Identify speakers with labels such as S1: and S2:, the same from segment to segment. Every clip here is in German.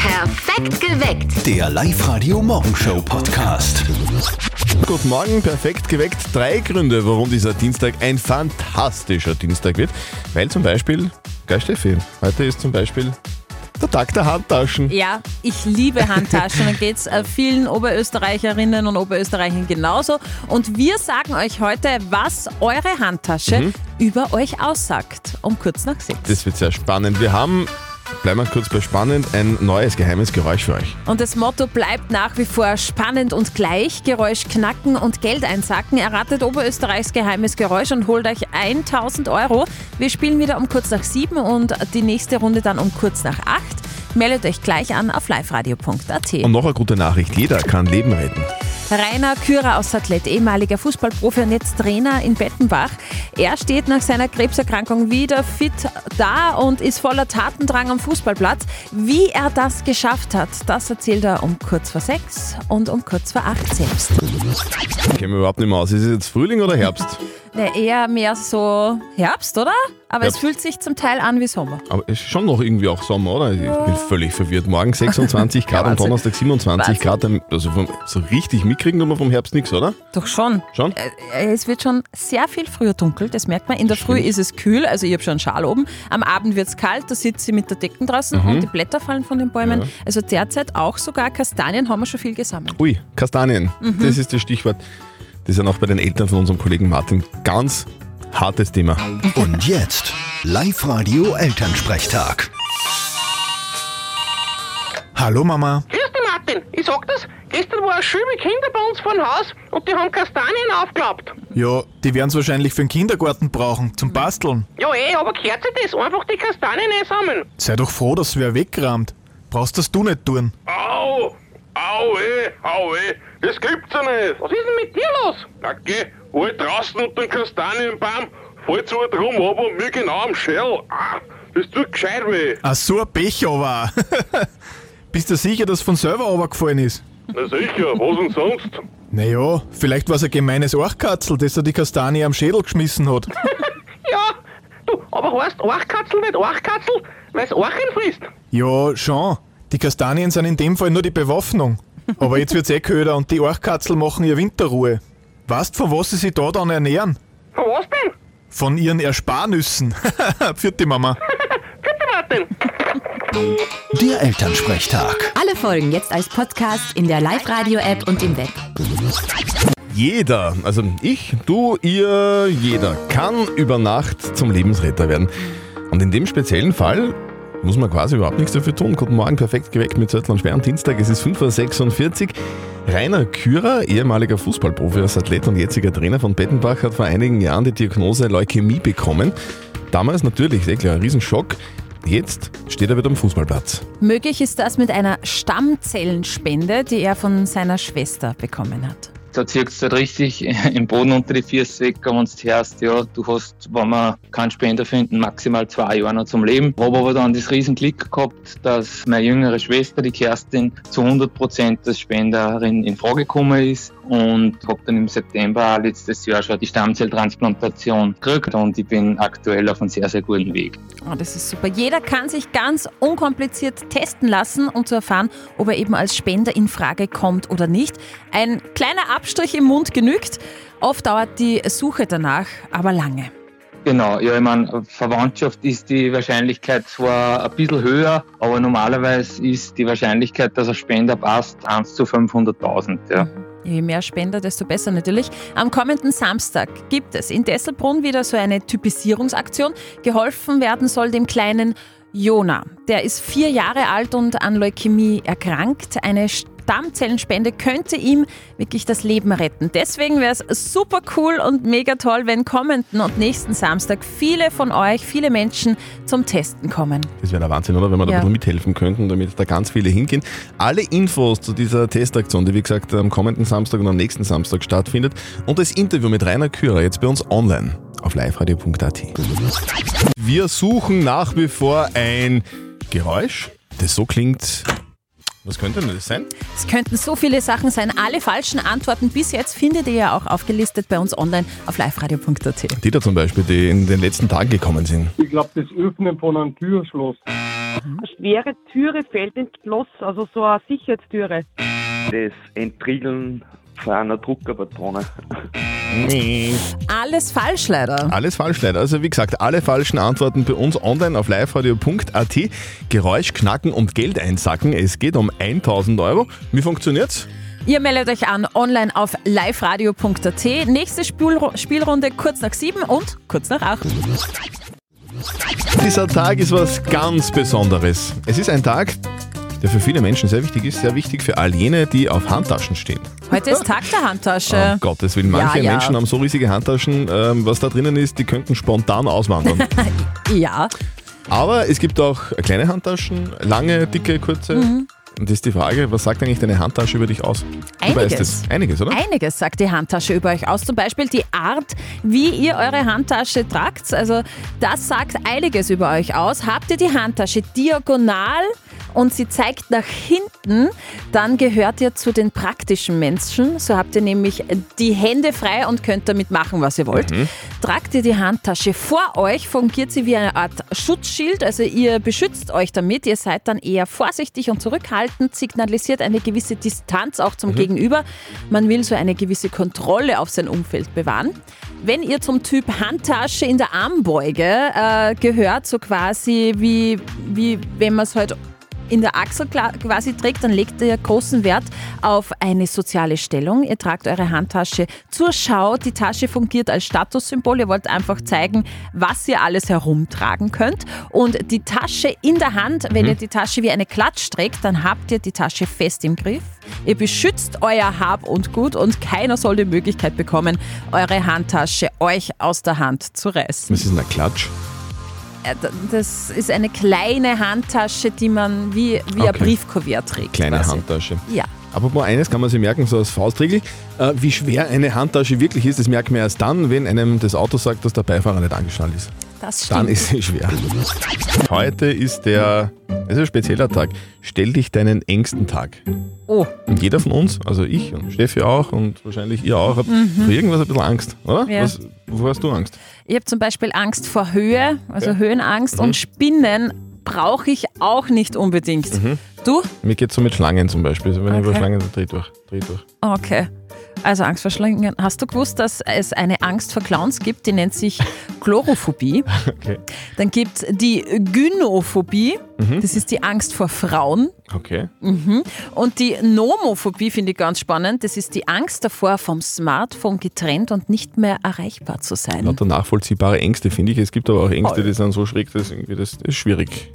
S1: Perfekt geweckt.
S2: Der Live-Radio-Morgenshow-Podcast.
S3: Guten Morgen, perfekt geweckt. Drei Gründe, warum dieser Dienstag ein fantastischer Dienstag wird. Weil zum Beispiel, geil Steffi, heute ist zum Beispiel der Tag der Handtaschen.
S4: Ja, ich liebe Handtaschen. Da geht es vielen Oberösterreicherinnen und Oberösterreichern genauso. Und wir sagen euch heute, was eure Handtasche über euch aussagt. Um kurz nach sechs.
S3: Das wird sehr spannend. Wir haben, bleiben wir kurz bei spannend, ein neues geheimes Geräusch für euch.
S4: Und das Motto bleibt nach wie vor spannend und gleich. Geräusch knacken und Geld einsacken. Erratet Oberösterreichs geheimes Geräusch und holt euch 1000 Euro. Wir spielen wieder um kurz nach sieben und die nächste Runde dann um kurz nach acht. Meldet euch gleich an auf liveradio.at.
S3: Und noch eine gute Nachricht, jeder kann Leben retten.
S4: Rainer Kürer aus Athlet, ehemaliger Fußballprofi und jetzt Trainer in Bettenbach. Er steht nach seiner Krebserkrankung wieder fit da und ist voller Tatendrang am Fußballplatz. Wie er das geschafft hat, das erzählt er um kurz vor sechs und um kurz vor acht selbst.
S3: Kennen wir überhaupt nicht mehr aus. Ist es jetzt Frühling oder Herbst?
S4: Na, eher mehr so Herbst, oder? Aber
S3: Herbst.
S4: es fühlt sich zum Teil an wie Sommer.
S3: Aber es ist schon noch irgendwie auch Sommer, oder? Ich bin völlig verwirrt. Morgen 26 Grad, am
S4: Wahnsinn.
S3: Donnerstag 27
S4: Wahnsinn.
S3: Grad. Am- Also vom, so richtig mitkriegen tun wir vom Herbst nichts, oder?
S4: Doch schon.
S3: Schon?
S4: Äh, Es wird schon sehr viel früher dunkel, das merkt man. In der Früh ist es kühl, also ich habe schon einen Schal oben. Am Abend wird es kalt, da sitzt sie mit der Decken draußen und die Blätter fallen von den Bäumen. Also derzeit auch sogar Kastanien haben wir schon viel gesammelt.
S3: Ui, Kastanien. Das ist das Stichwort. Das ist ja noch bei den Eltern von unserem Kollegen Martin ganz hartes Thema.
S2: Und jetzt Live-Radio Elternsprechtag.
S5: Hallo Mama.
S6: Grüß dich, Martin. Ich sag das, gestern war eine Schule mit Kindern bei uns vor dem Haus und die haben Kastanien aufgeklappt.
S5: Ja, die werden es wahrscheinlich für den Kindergarten brauchen,
S6: Hm.
S5: zum Basteln.
S6: Ja, eh, aber gehört sich das? Einfach die Kastanien eh einsammeln.
S5: Sei doch froh, dass wer wegrammt. Brauchst das du nicht tun.
S7: Au! Au, eh, au, eh. Das gibt's ja nicht.
S6: Was ist denn mit dir los?
S7: Na geh, all draußen unter dem Kastanienbaum, fällt so drum ab und mir genau am Schell. Ah, das tut gescheit weh.
S5: Ach so, ein Pech aber. auch. Bist du sicher, dass von selber runtergefallen ist?
S7: Na sicher, was denn sonst?
S5: Naja, vielleicht war es ein gemeines Orchkatzel, das er die Kastanie am Schädel geschmissen hat.
S6: Ja, du, aber heißt Orchkatzel nicht Orchkatzel, weil's Orchen frisst.
S5: Ja, schon. Die Kastanien sind in dem Fall nur die Bewaffnung. Aber jetzt wird's eh köder und die Orchkatzel machen ihr Winterruhe. Weißt von was sie sich da dann ernähren?
S6: Von Was denn?
S5: Von ihren Ersparnüssen. Vierte Mama.
S6: Bitte, Martin.
S2: Der Elternsprechtag.
S8: Alle Folgen jetzt als Podcast in der Live-Radio-App und im Web.
S3: Jeder, also ich, du, ihr, jeder kann über Nacht zum Lebensretter werden. Und in dem speziellen Fall muss man quasi überhaupt nichts dafür tun. Guten Morgen, perfekt geweckt mit Zettel und Sperr am Dienstag. Es ist 5.46 Uhr. Rainer Kürer, ehemaliger Fußballprofi als Athlet und jetziger Trainer von Bettenbach, hat vor einigen Jahren die Diagnose Leukämie bekommen. Damals natürlich, sehr klar, ein Riesenschock. Jetzt steht er wieder am Fußballplatz.
S4: Möglich ist das mit einer Stammzellenspende, die er von seiner Schwester bekommen hat.
S9: da zirkst du halt richtig im Boden unter die Füße weg, wenn du hörst, ja, du hast, wenn wir keinen Spender finden, maximal zwei Jahre noch zum Leben. Habe aber dann das Riesenglück gehabt, dass meine jüngere Schwester, die Kerstin, zu 100 Prozent als Spenderin in Frage gekommen ist und habe dann im September letztes Jahr schon die Stammzelltransplantation gekriegt und ich bin aktuell auf einem sehr, sehr guten Weg.
S4: Oh, das ist super. Jeder kann sich ganz unkompliziert testen lassen, um zu erfahren, ob er eben als Spender in Frage kommt oder nicht. Ein kleiner Abstrich im Mund genügt. Oft dauert die Suche danach aber lange.
S9: Genau, ja, ich meine, Verwandtschaft ist die Wahrscheinlichkeit zwar ein bisschen höher, aber normalerweise ist die Wahrscheinlichkeit, dass ein Spender passt, 1 zu 500.000. Ja.
S4: Je mehr Spender, desto besser natürlich. Am kommenden Samstag gibt es in Desselbrunn wieder so eine Typisierungsaktion. Geholfen werden soll dem kleinen Jona. Der ist vier Jahre alt und an Leukämie erkrankt. Eine Stammzellenspende könnte ihm wirklich das Leben retten. Deswegen wäre es super cool und mega toll, wenn kommenden und nächsten Samstag viele von euch, viele Menschen zum Testen kommen.
S3: Das wäre der Wahnsinn, oder? Wenn wir da
S4: Ja.
S3: ein bisschen mithelfen könnten, damit da ganz viele hingehen. Alle Infos zu dieser Testaktion, die wie gesagt am kommenden Samstag und am nächsten Samstag stattfindet und das Interview mit Rainer Kürer jetzt bei uns online auf liveradio.at. Wir suchen nach wie vor ein Geräusch, das so klingt. Was könnte denn das sein?
S4: Es könnten so viele Sachen sein. Alle falschen Antworten bis jetzt findet ihr ja auch aufgelistet bei uns online auf liveradio.at.
S3: Die da zum Beispiel, die in den letzten Tagen gekommen sind.
S7: Ich glaube, das Öffnen von einem Türschloss.
S1: Eine schwere Türe fällt ins Schloss, also so eine Sicherheitstüre.
S9: Das Entriegeln von einer Druckerpatrone.
S4: Alles falsch leider.
S3: Alles falsch leider. Also wie gesagt, alle falschen Antworten bei uns online auf liveradio.at. Geräusch knacken und Geld einsacken. Es geht um 1000 Euro. Wie funktioniert's?
S4: Ihr meldet euch an online auf liveradio.at. Nächste Spielru- Spielrunde kurz nach sieben und kurz nach acht.
S3: Dieser Tag ist was ganz Besonderes. Es ist ein Tag, der für viele Menschen sehr wichtig ist, sehr wichtig für all jene, die auf Handtaschen stehen.
S4: Heute ist Tag der Handtasche.
S3: Um Gottes Willen, manche
S4: Ja, ja.
S3: Menschen haben so riesige Handtaschen, ähm, was da drinnen ist, die könnten spontan auswandern.
S4: Ja.
S3: Aber es gibt auch kleine Handtaschen, lange, dicke, kurze.
S4: Mhm.
S3: Und das ist die Frage, was sagt eigentlich deine Handtasche über dich aus? Du weißt
S4: Einiges.
S3: es. Einiges, oder?
S4: Einiges sagt die Handtasche über euch aus. Zum Beispiel die Art, wie ihr eure Handtasche tragt. Also das sagt einiges über euch aus. Habt ihr die Handtasche diagonal und sie zeigt nach hinten, dann gehört ihr zu den praktischen Menschen. So habt ihr nämlich die Hände frei und könnt damit machen, was ihr wollt. Tragt ihr die Handtasche vor euch, fungiert sie wie eine Art Schutzschild. Also ihr beschützt euch damit. Ihr seid dann eher vorsichtig und zurückhaltend, signalisiert eine gewisse Distanz auch zum Gegenüber. Man will so eine gewisse Kontrolle auf sein Umfeld bewahren. Wenn ihr zum Typ Handtasche in der Armbeuge äh, gehört, so quasi wie, wie wenn man es halt in der Achsel kla- quasi trägt, dann legt ihr großen Wert auf eine soziale Stellung. Ihr tragt eure Handtasche zur Schau. Die Tasche fungiert als Statussymbol. Ihr wollt einfach zeigen, was ihr alles herumtragen könnt. Und die Tasche in der Hand, wenn ihr die Tasche wie eine Klatsch trägt, dann habt ihr die Tasche fest im Griff. Ihr beschützt euer Hab und Gut und keiner soll die Möglichkeit bekommen, eure Handtasche euch aus der Hand zu reißen.
S3: Das ist ein Klatsch.
S4: Äh, d- Das ist eine kleine Handtasche, die man wie, wie ein
S3: Okay.
S4: Briefkuvert trägt.
S3: Kleine
S4: quasi.
S3: Handtasche.
S4: Ja.
S3: Apropos eines kann man sich merken, so als Faustregel, äh, wie schwer eine Handtasche wirklich ist, das merkt man erst dann, wenn einem das Auto sagt, dass der Beifahrer nicht angeschnallt ist.
S4: Das stimmt.
S3: Dann ist sie schwer. Heute ist der, es ist ein spezieller Tag. Stell dich deinen engsten Tag.
S4: oh,
S3: Und jeder von uns, also ich und Steffi auch und wahrscheinlich ihr auch, habt vor irgendwas ein bisschen Angst, oder?
S4: Mhm. Ja.
S3: Was, wovor hast du Angst?
S4: ich habe zum Beispiel Angst vor Höhe, also
S3: Mhm.
S4: Höhenangst und Spinnen brauche ich auch nicht unbedingt.
S3: Mhm.
S4: Du?
S3: Mir geht so mit Schlangen zum Beispiel. Also wenn ich über
S4: Okay.
S3: Schlangen dreh durch, dreh durch.
S4: Okay. Also Angst vor Schlangen. Hast du gewusst, dass es eine Angst vor Clowns gibt, die nennt sich Chlorophobie?
S3: Okay.
S4: Dann gibt es die Gynophobie,
S3: Mhm.
S4: das ist die Angst vor Frauen.
S3: Okay.
S4: Und die Nomophobie finde ich ganz spannend, das ist die Angst davor, vom Smartphone getrennt und nicht mehr erreichbar zu sein.
S3: Lauter nachvollziehbare Ängste, finde ich. Es gibt aber auch Ängste, die sind so schräg, dass irgendwie das, das ist schwierig.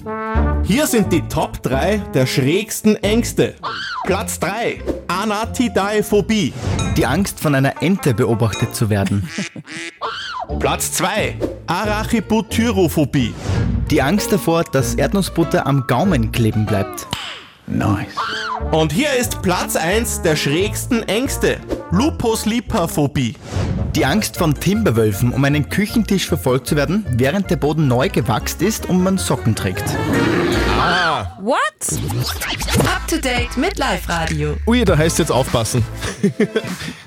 S10: Hier sind die Top 3 der schrägsten Ängste. Platz 3. Anatidaephobie.
S2: Die Angst, von einer Ente beobachtet zu werden.
S10: Platz 2. Arachibutyrophobie.
S2: Die Angst davor, dass Erdnussbutter am Gaumen kleben bleibt. Nice.
S10: Und hier ist Platz 1 der schrägsten Ängste. Lupuslipaphobie.
S2: Die Angst von Timberwölfen, um einen Küchentisch verfolgt zu werden, während der Boden neu gewachst ist und man Socken trägt.
S4: What?
S8: Up to date mit Live Radio.
S3: Ui, da heißt es jetzt aufpassen.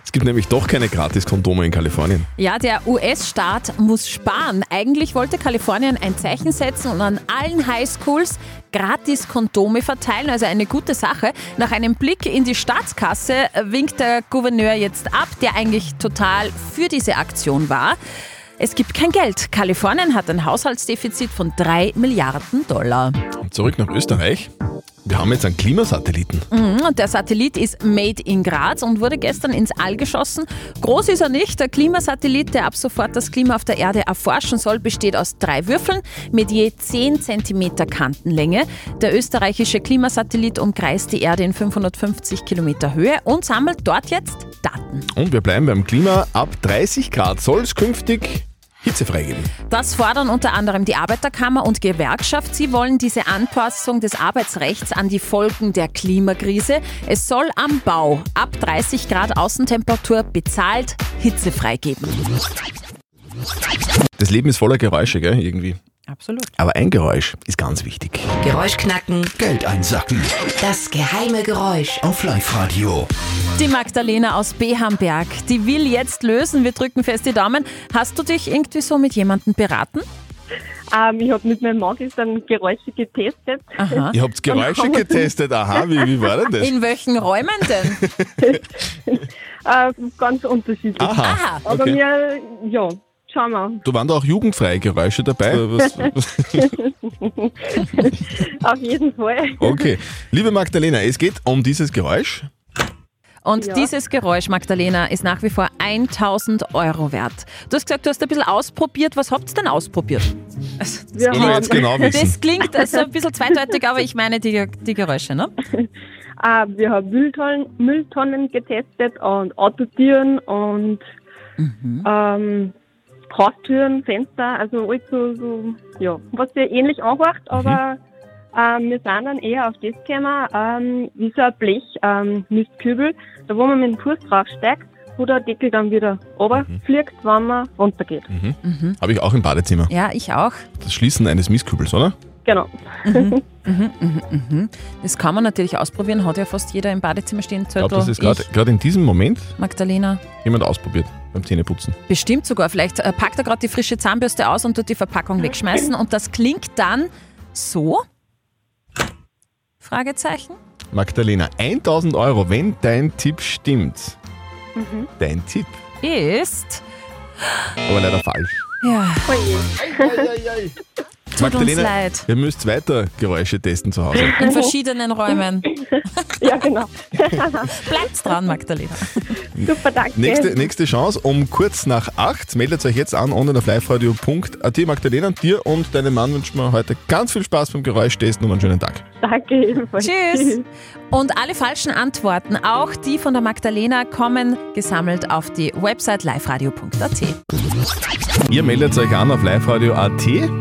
S3: es gibt nämlich doch keine Gratis-Kondome in Kalifornien.
S4: Ja, der US-Staat muss sparen. Eigentlich wollte Kalifornien ein Zeichen setzen und an allen Highschools gratis Kondome verteilen, also eine gute Sache. Nach einem Blick in die Staatskasse winkt der Gouverneur jetzt ab, der eigentlich total für diese Aktion war. Es gibt kein Geld. Kalifornien hat ein Haushaltsdefizit von 3 Milliarden Dollar.
S3: Und zurück nach Österreich. Wir haben jetzt einen Klimasatelliten.
S4: Und Mhm, der Satellit ist made in Graz und wurde gestern ins All geschossen. Groß ist er nicht. Der Klimasatellit, der ab sofort das Klima auf der Erde erforschen soll, besteht aus drei Würfeln mit je 10 cm Kantenlänge. Der österreichische Klimasatellit umkreist die Erde in 550 Kilometer Höhe und sammelt dort jetzt Daten.
S3: Und wir bleiben beim Klima. Ab 30 Grad soll es künftig hitzefrei geben.
S4: Das fordern unter anderem die Arbeiterkammer und Gewerkschaft. Sie wollen diese Anpassung des Arbeitsrechts an die Folgen der Klimakrise. Es soll am Bau ab 30 Grad Außentemperatur bezahlt hitzefrei geben.
S3: Das Leben ist voller Geräusche, gell, irgendwie.
S4: Absolut.
S3: Aber ein Geräusch ist ganz wichtig.
S8: Geräusch knacken.
S2: Geld einsacken
S8: Das geheime Geräusch.
S2: auf Live-Radio.
S4: Die Magdalena aus Behamberg, die will jetzt lösen. Wir drücken fest die Daumen. Hast du dich irgendwie so mit jemandem beraten?
S11: Ähm, ich habe mit meinem Mann gestern Geräusche getestet.
S4: Aha.
S3: Ihr habt Geräusche
S11: Und haben-
S3: getestet. Aha, wie, wie war denn das?
S4: In welchen Räumen denn?
S2: Ah.
S11: Äh, ganz unterschiedlich.
S3: Aha, Aha.
S11: Aber
S3: okay.
S11: wir, ja, schauen wir.
S3: Du waren da auch jugendfreie Geräusche dabei. Was,
S11: Auf jeden Fall.
S3: okay. Liebe Magdalena, es geht um dieses Geräusch.
S4: Und dieses Geräusch, Magdalena, ist nach wie vor 1000 Euro wert. Du hast gesagt, du hast ein bisschen ausprobiert. Was habt ihr denn ausprobiert? Also, das
S11: Wir
S3: wollen wir jetzt genau wissen.
S4: Das klingt also ein bisschen zweideutig, aber ich meine die, die Geräusche, ne?
S11: Äh, wir haben Mülltonnen, Mülltonnen getestet und Autotüren und ähm, Haustüren, Fenster, also alles so, so, ja, was sehr ähnlich angebracht, aber ähm, wir sind dann eher auf das gekommen, ähm, wie so ein Blech, ähm, Mistkübel, da wo man mit dem Fuß draufsteigt, wo der Deckel dann wieder runterfliegt, wenn man runtergeht.
S3: Mhm. Habe ich auch im Badezimmer.
S4: Ja, ich auch.
S3: Das Schließen eines Mistkübels, oder?
S11: Genau.
S4: Das kann man natürlich ausprobieren, hat ja fast jeder im Badezimmer stehen.
S3: Ich glaube, das ist gerade
S4: ich,
S3: gerade in diesem Moment
S4: Magdalena.
S3: jemand ausprobiert beim Zähneputzen.
S4: Bestimmt sogar. Vielleicht äh, packt er gerade die frische Zahnbürste aus und tut die Verpackung wegschmeißen. Und das klingt dann so? Fragezeichen?
S3: Magdalena, 1000 Euro, wenn dein Tipp stimmt.
S4: Mhm.
S3: Dein Tipp,
S4: Ist.
S3: aber leider falsch.
S4: Ja. Tut
S3: Magdalena,
S4: uns leid.
S3: ihr müsst weiter Geräusche testen zu Hause.
S4: In verschiedenen Räumen.
S11: ja, genau.
S4: Bleibt dran, Magdalena.
S11: Super, danke.
S3: Nächste, nächste Chance um kurz nach acht. Meldet euch jetzt an online auf liveradio.at. Magdalena, dir und deinem Mann wünschen wir heute ganz viel Spaß beim Geräuschtesten und einen schönen Tag.
S11: Danke ebenfalls.
S4: Tschüss. Und alle falschen Antworten, auch die von der Magdalena, kommen gesammelt auf die Website liveradio.at.
S3: Ihr meldet euch an auf liveradio.at,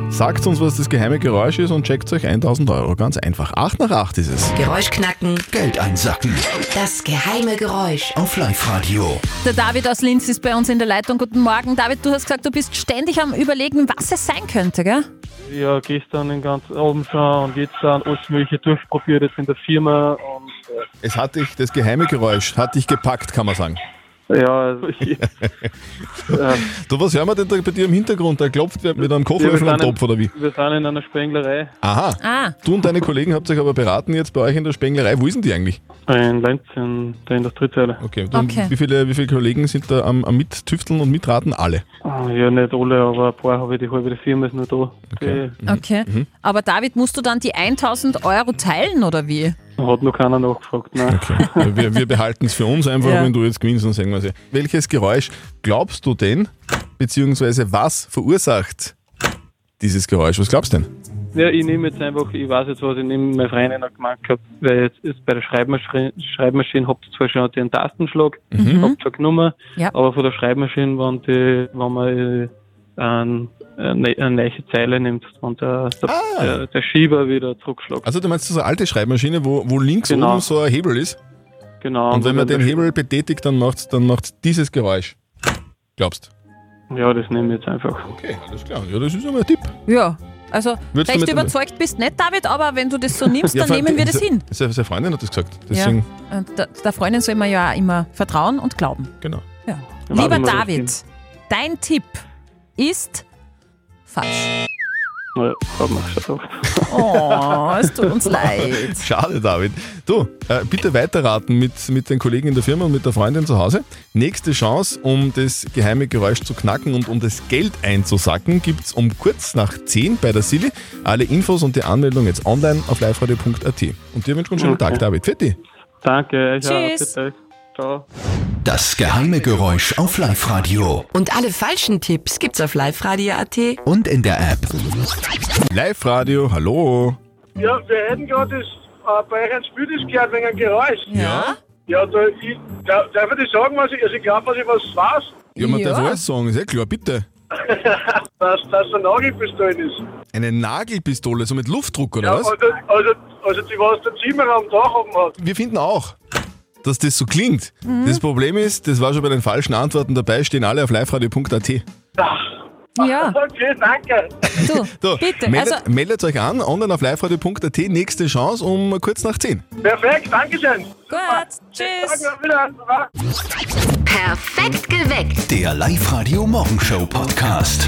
S3: sagt uns, was das geheime Geräusch ist und checkt euch 1000 Euro. Ganz einfach. Acht nach acht ist es.
S8: Geräuschknacken,
S2: Geld einsacken
S8: das geheime Geräusch.
S2: auf Live-Radio.
S4: Der David aus Linz ist bei uns in der Leitung. Guten Morgen. David, du hast gesagt, du bist ständig am Überlegen, was es sein könnte, gell?
S12: Ja, gestern den ganzen Abend schon und jetzt dann alles Mögliche durchprobiert, jetzt in der Firma. Und,
S3: Es hat dich, das geheime Geräusch hat dich gepackt, kann man sagen.
S12: Ja, also ich,
S3: Du, was hören wir denn da bei dir im Hintergrund? Da klopft wer mit einem
S12: wir,
S3: Kochlöffel am
S12: sind
S3: Topf
S12: in,
S3: oder wie?
S12: wir sind in einer Spenglerei
S3: Aha.
S4: Ah.
S3: Du und deine Kollegen habt euch aber beraten jetzt bei euch in der Spenglerei. Wo ist denn die eigentlich?
S12: in Lenz, in der Industriezeile.
S3: Okay, du, Wie, viele, wie viele Kollegen sind da am, am Mittüfteln und Mitraten? Alle.
S12: Ah, Ja, nicht alle, aber ein paar habe ich, die halbe Firma ist nur da. Okay.
S4: Okay. Aber David, musst du dann die 1000 Euro teilen oder wie?
S12: Hat noch keiner nachgefragt, nein.
S3: Wir, wir behalten es für uns einfach,
S4: Ja.
S3: wenn du jetzt gewinnst, dann sehen wir es. Welches Geräusch glaubst du denn, beziehungsweise was verursacht dieses Geräusch? Was glaubst du denn?
S12: Ja, ich nehme jetzt einfach, ich weiß jetzt, was ich nehme, meine Freundin hat gemeint gehabt, weil jetzt ist bei der Schreibmaschine, Schreibmaschine habt ihr zwar schon den Tastenschlag,
S4: Mhm.
S12: habt schon genommen,
S4: Ja.
S12: aber von der Schreibmaschine, wenn, die, wenn man äh, ein, eine, eine neue Zeile nimmt, wenn der, der,
S3: Ah.
S12: der, der Schieber wieder zurückschlägt.
S3: Also du meinst so eine alte Schreibmaschine, wo, wo links
S12: Genau.
S3: oben so ein Hebel ist?
S12: Genau.
S3: Und wenn man den
S12: das-
S3: Hebel betätigt, dann macht dann macht's dieses Geräusch. Glaubst
S12: Ja, das nehme ich jetzt einfach.
S3: Okay, alles klar. Ja, das ist einmal ein Tipp.
S4: Ja. Also,
S3: Würdest du
S4: recht
S3: mit-
S4: überzeugt bist nicht, David, aber wenn du das so nimmst, dann
S3: vor allem
S4: nehmen wir
S3: die-
S4: das hin.
S3: se- Seine Freundin hat das gesagt.
S4: Ja.
S3: Deswegen,
S4: Und der, der Freundin soll man ja auch immer vertrauen und glauben.
S3: genau.
S4: Ja.
S3: Warten wir
S4: Lieber
S3: mal, was
S4: David, dein Tipp ist falsch.
S12: Ja, hat man schon gedacht.
S4: Oh, es tut uns leid.
S3: Schade, David. Du, äh, bitte weiterraten mit, mit den Kollegen in der Firma und mit der Freundin zu Hause. Nächste Chance, um das geheime Geräusch zu knacken und um das Geld einzusacken, gibt's um kurz nach 10 bei der Silly. Alle Infos und die Anmeldung jetzt online auf liveradio.at. Und dir wünsche ich einen schönen
S12: Okay.
S3: Tag, David. Fetti.
S12: Danke, ich auch,
S13: Tschüss.
S12: bitte. Ciao.
S2: Das geheime Geräusch auf Live-Radio.
S13: Und alle falschen Tipps gibt's auf liveradio.at.
S2: Und in der App.
S3: Live-Radio, hallo.
S14: Ja, wir hätten gerade das äh, bei euch ein Spiel das gehört wegen einem Geräusch.
S3: Ja?
S14: Ja, da, ich, da, darf ich das sagen, was ich, also ich glaube, was ich was weiß,
S3: Ja, man
S14: Ja.
S3: darf alles sagen, ist ja klar, bitte.
S14: dass, dass der Nagelpistolen ist.
S3: Eine Nagelpistole, so mit Luftdruck oder
S14: Ja,
S3: was?
S14: also, also, also die, was der Zimmerraum da oben hat.
S3: Wir finden auch, dass das so klingt.
S14: Mhm.
S3: Das Problem ist, das war schon bei den falschen Antworten dabei, stehen alle auf liveradio.at.
S4: Ja.
S14: Okay, danke.
S3: Du,
S14: Bitte,
S3: meldet,
S14: also-
S3: meldet euch an, online auf liveradio.at, nächste Chance um kurz nach 10.
S14: Perfekt, danke schön.
S4: Gut, tschüss.
S8: Perfekt geweckt.
S2: Der Live-Radio Morgenshow Podcast.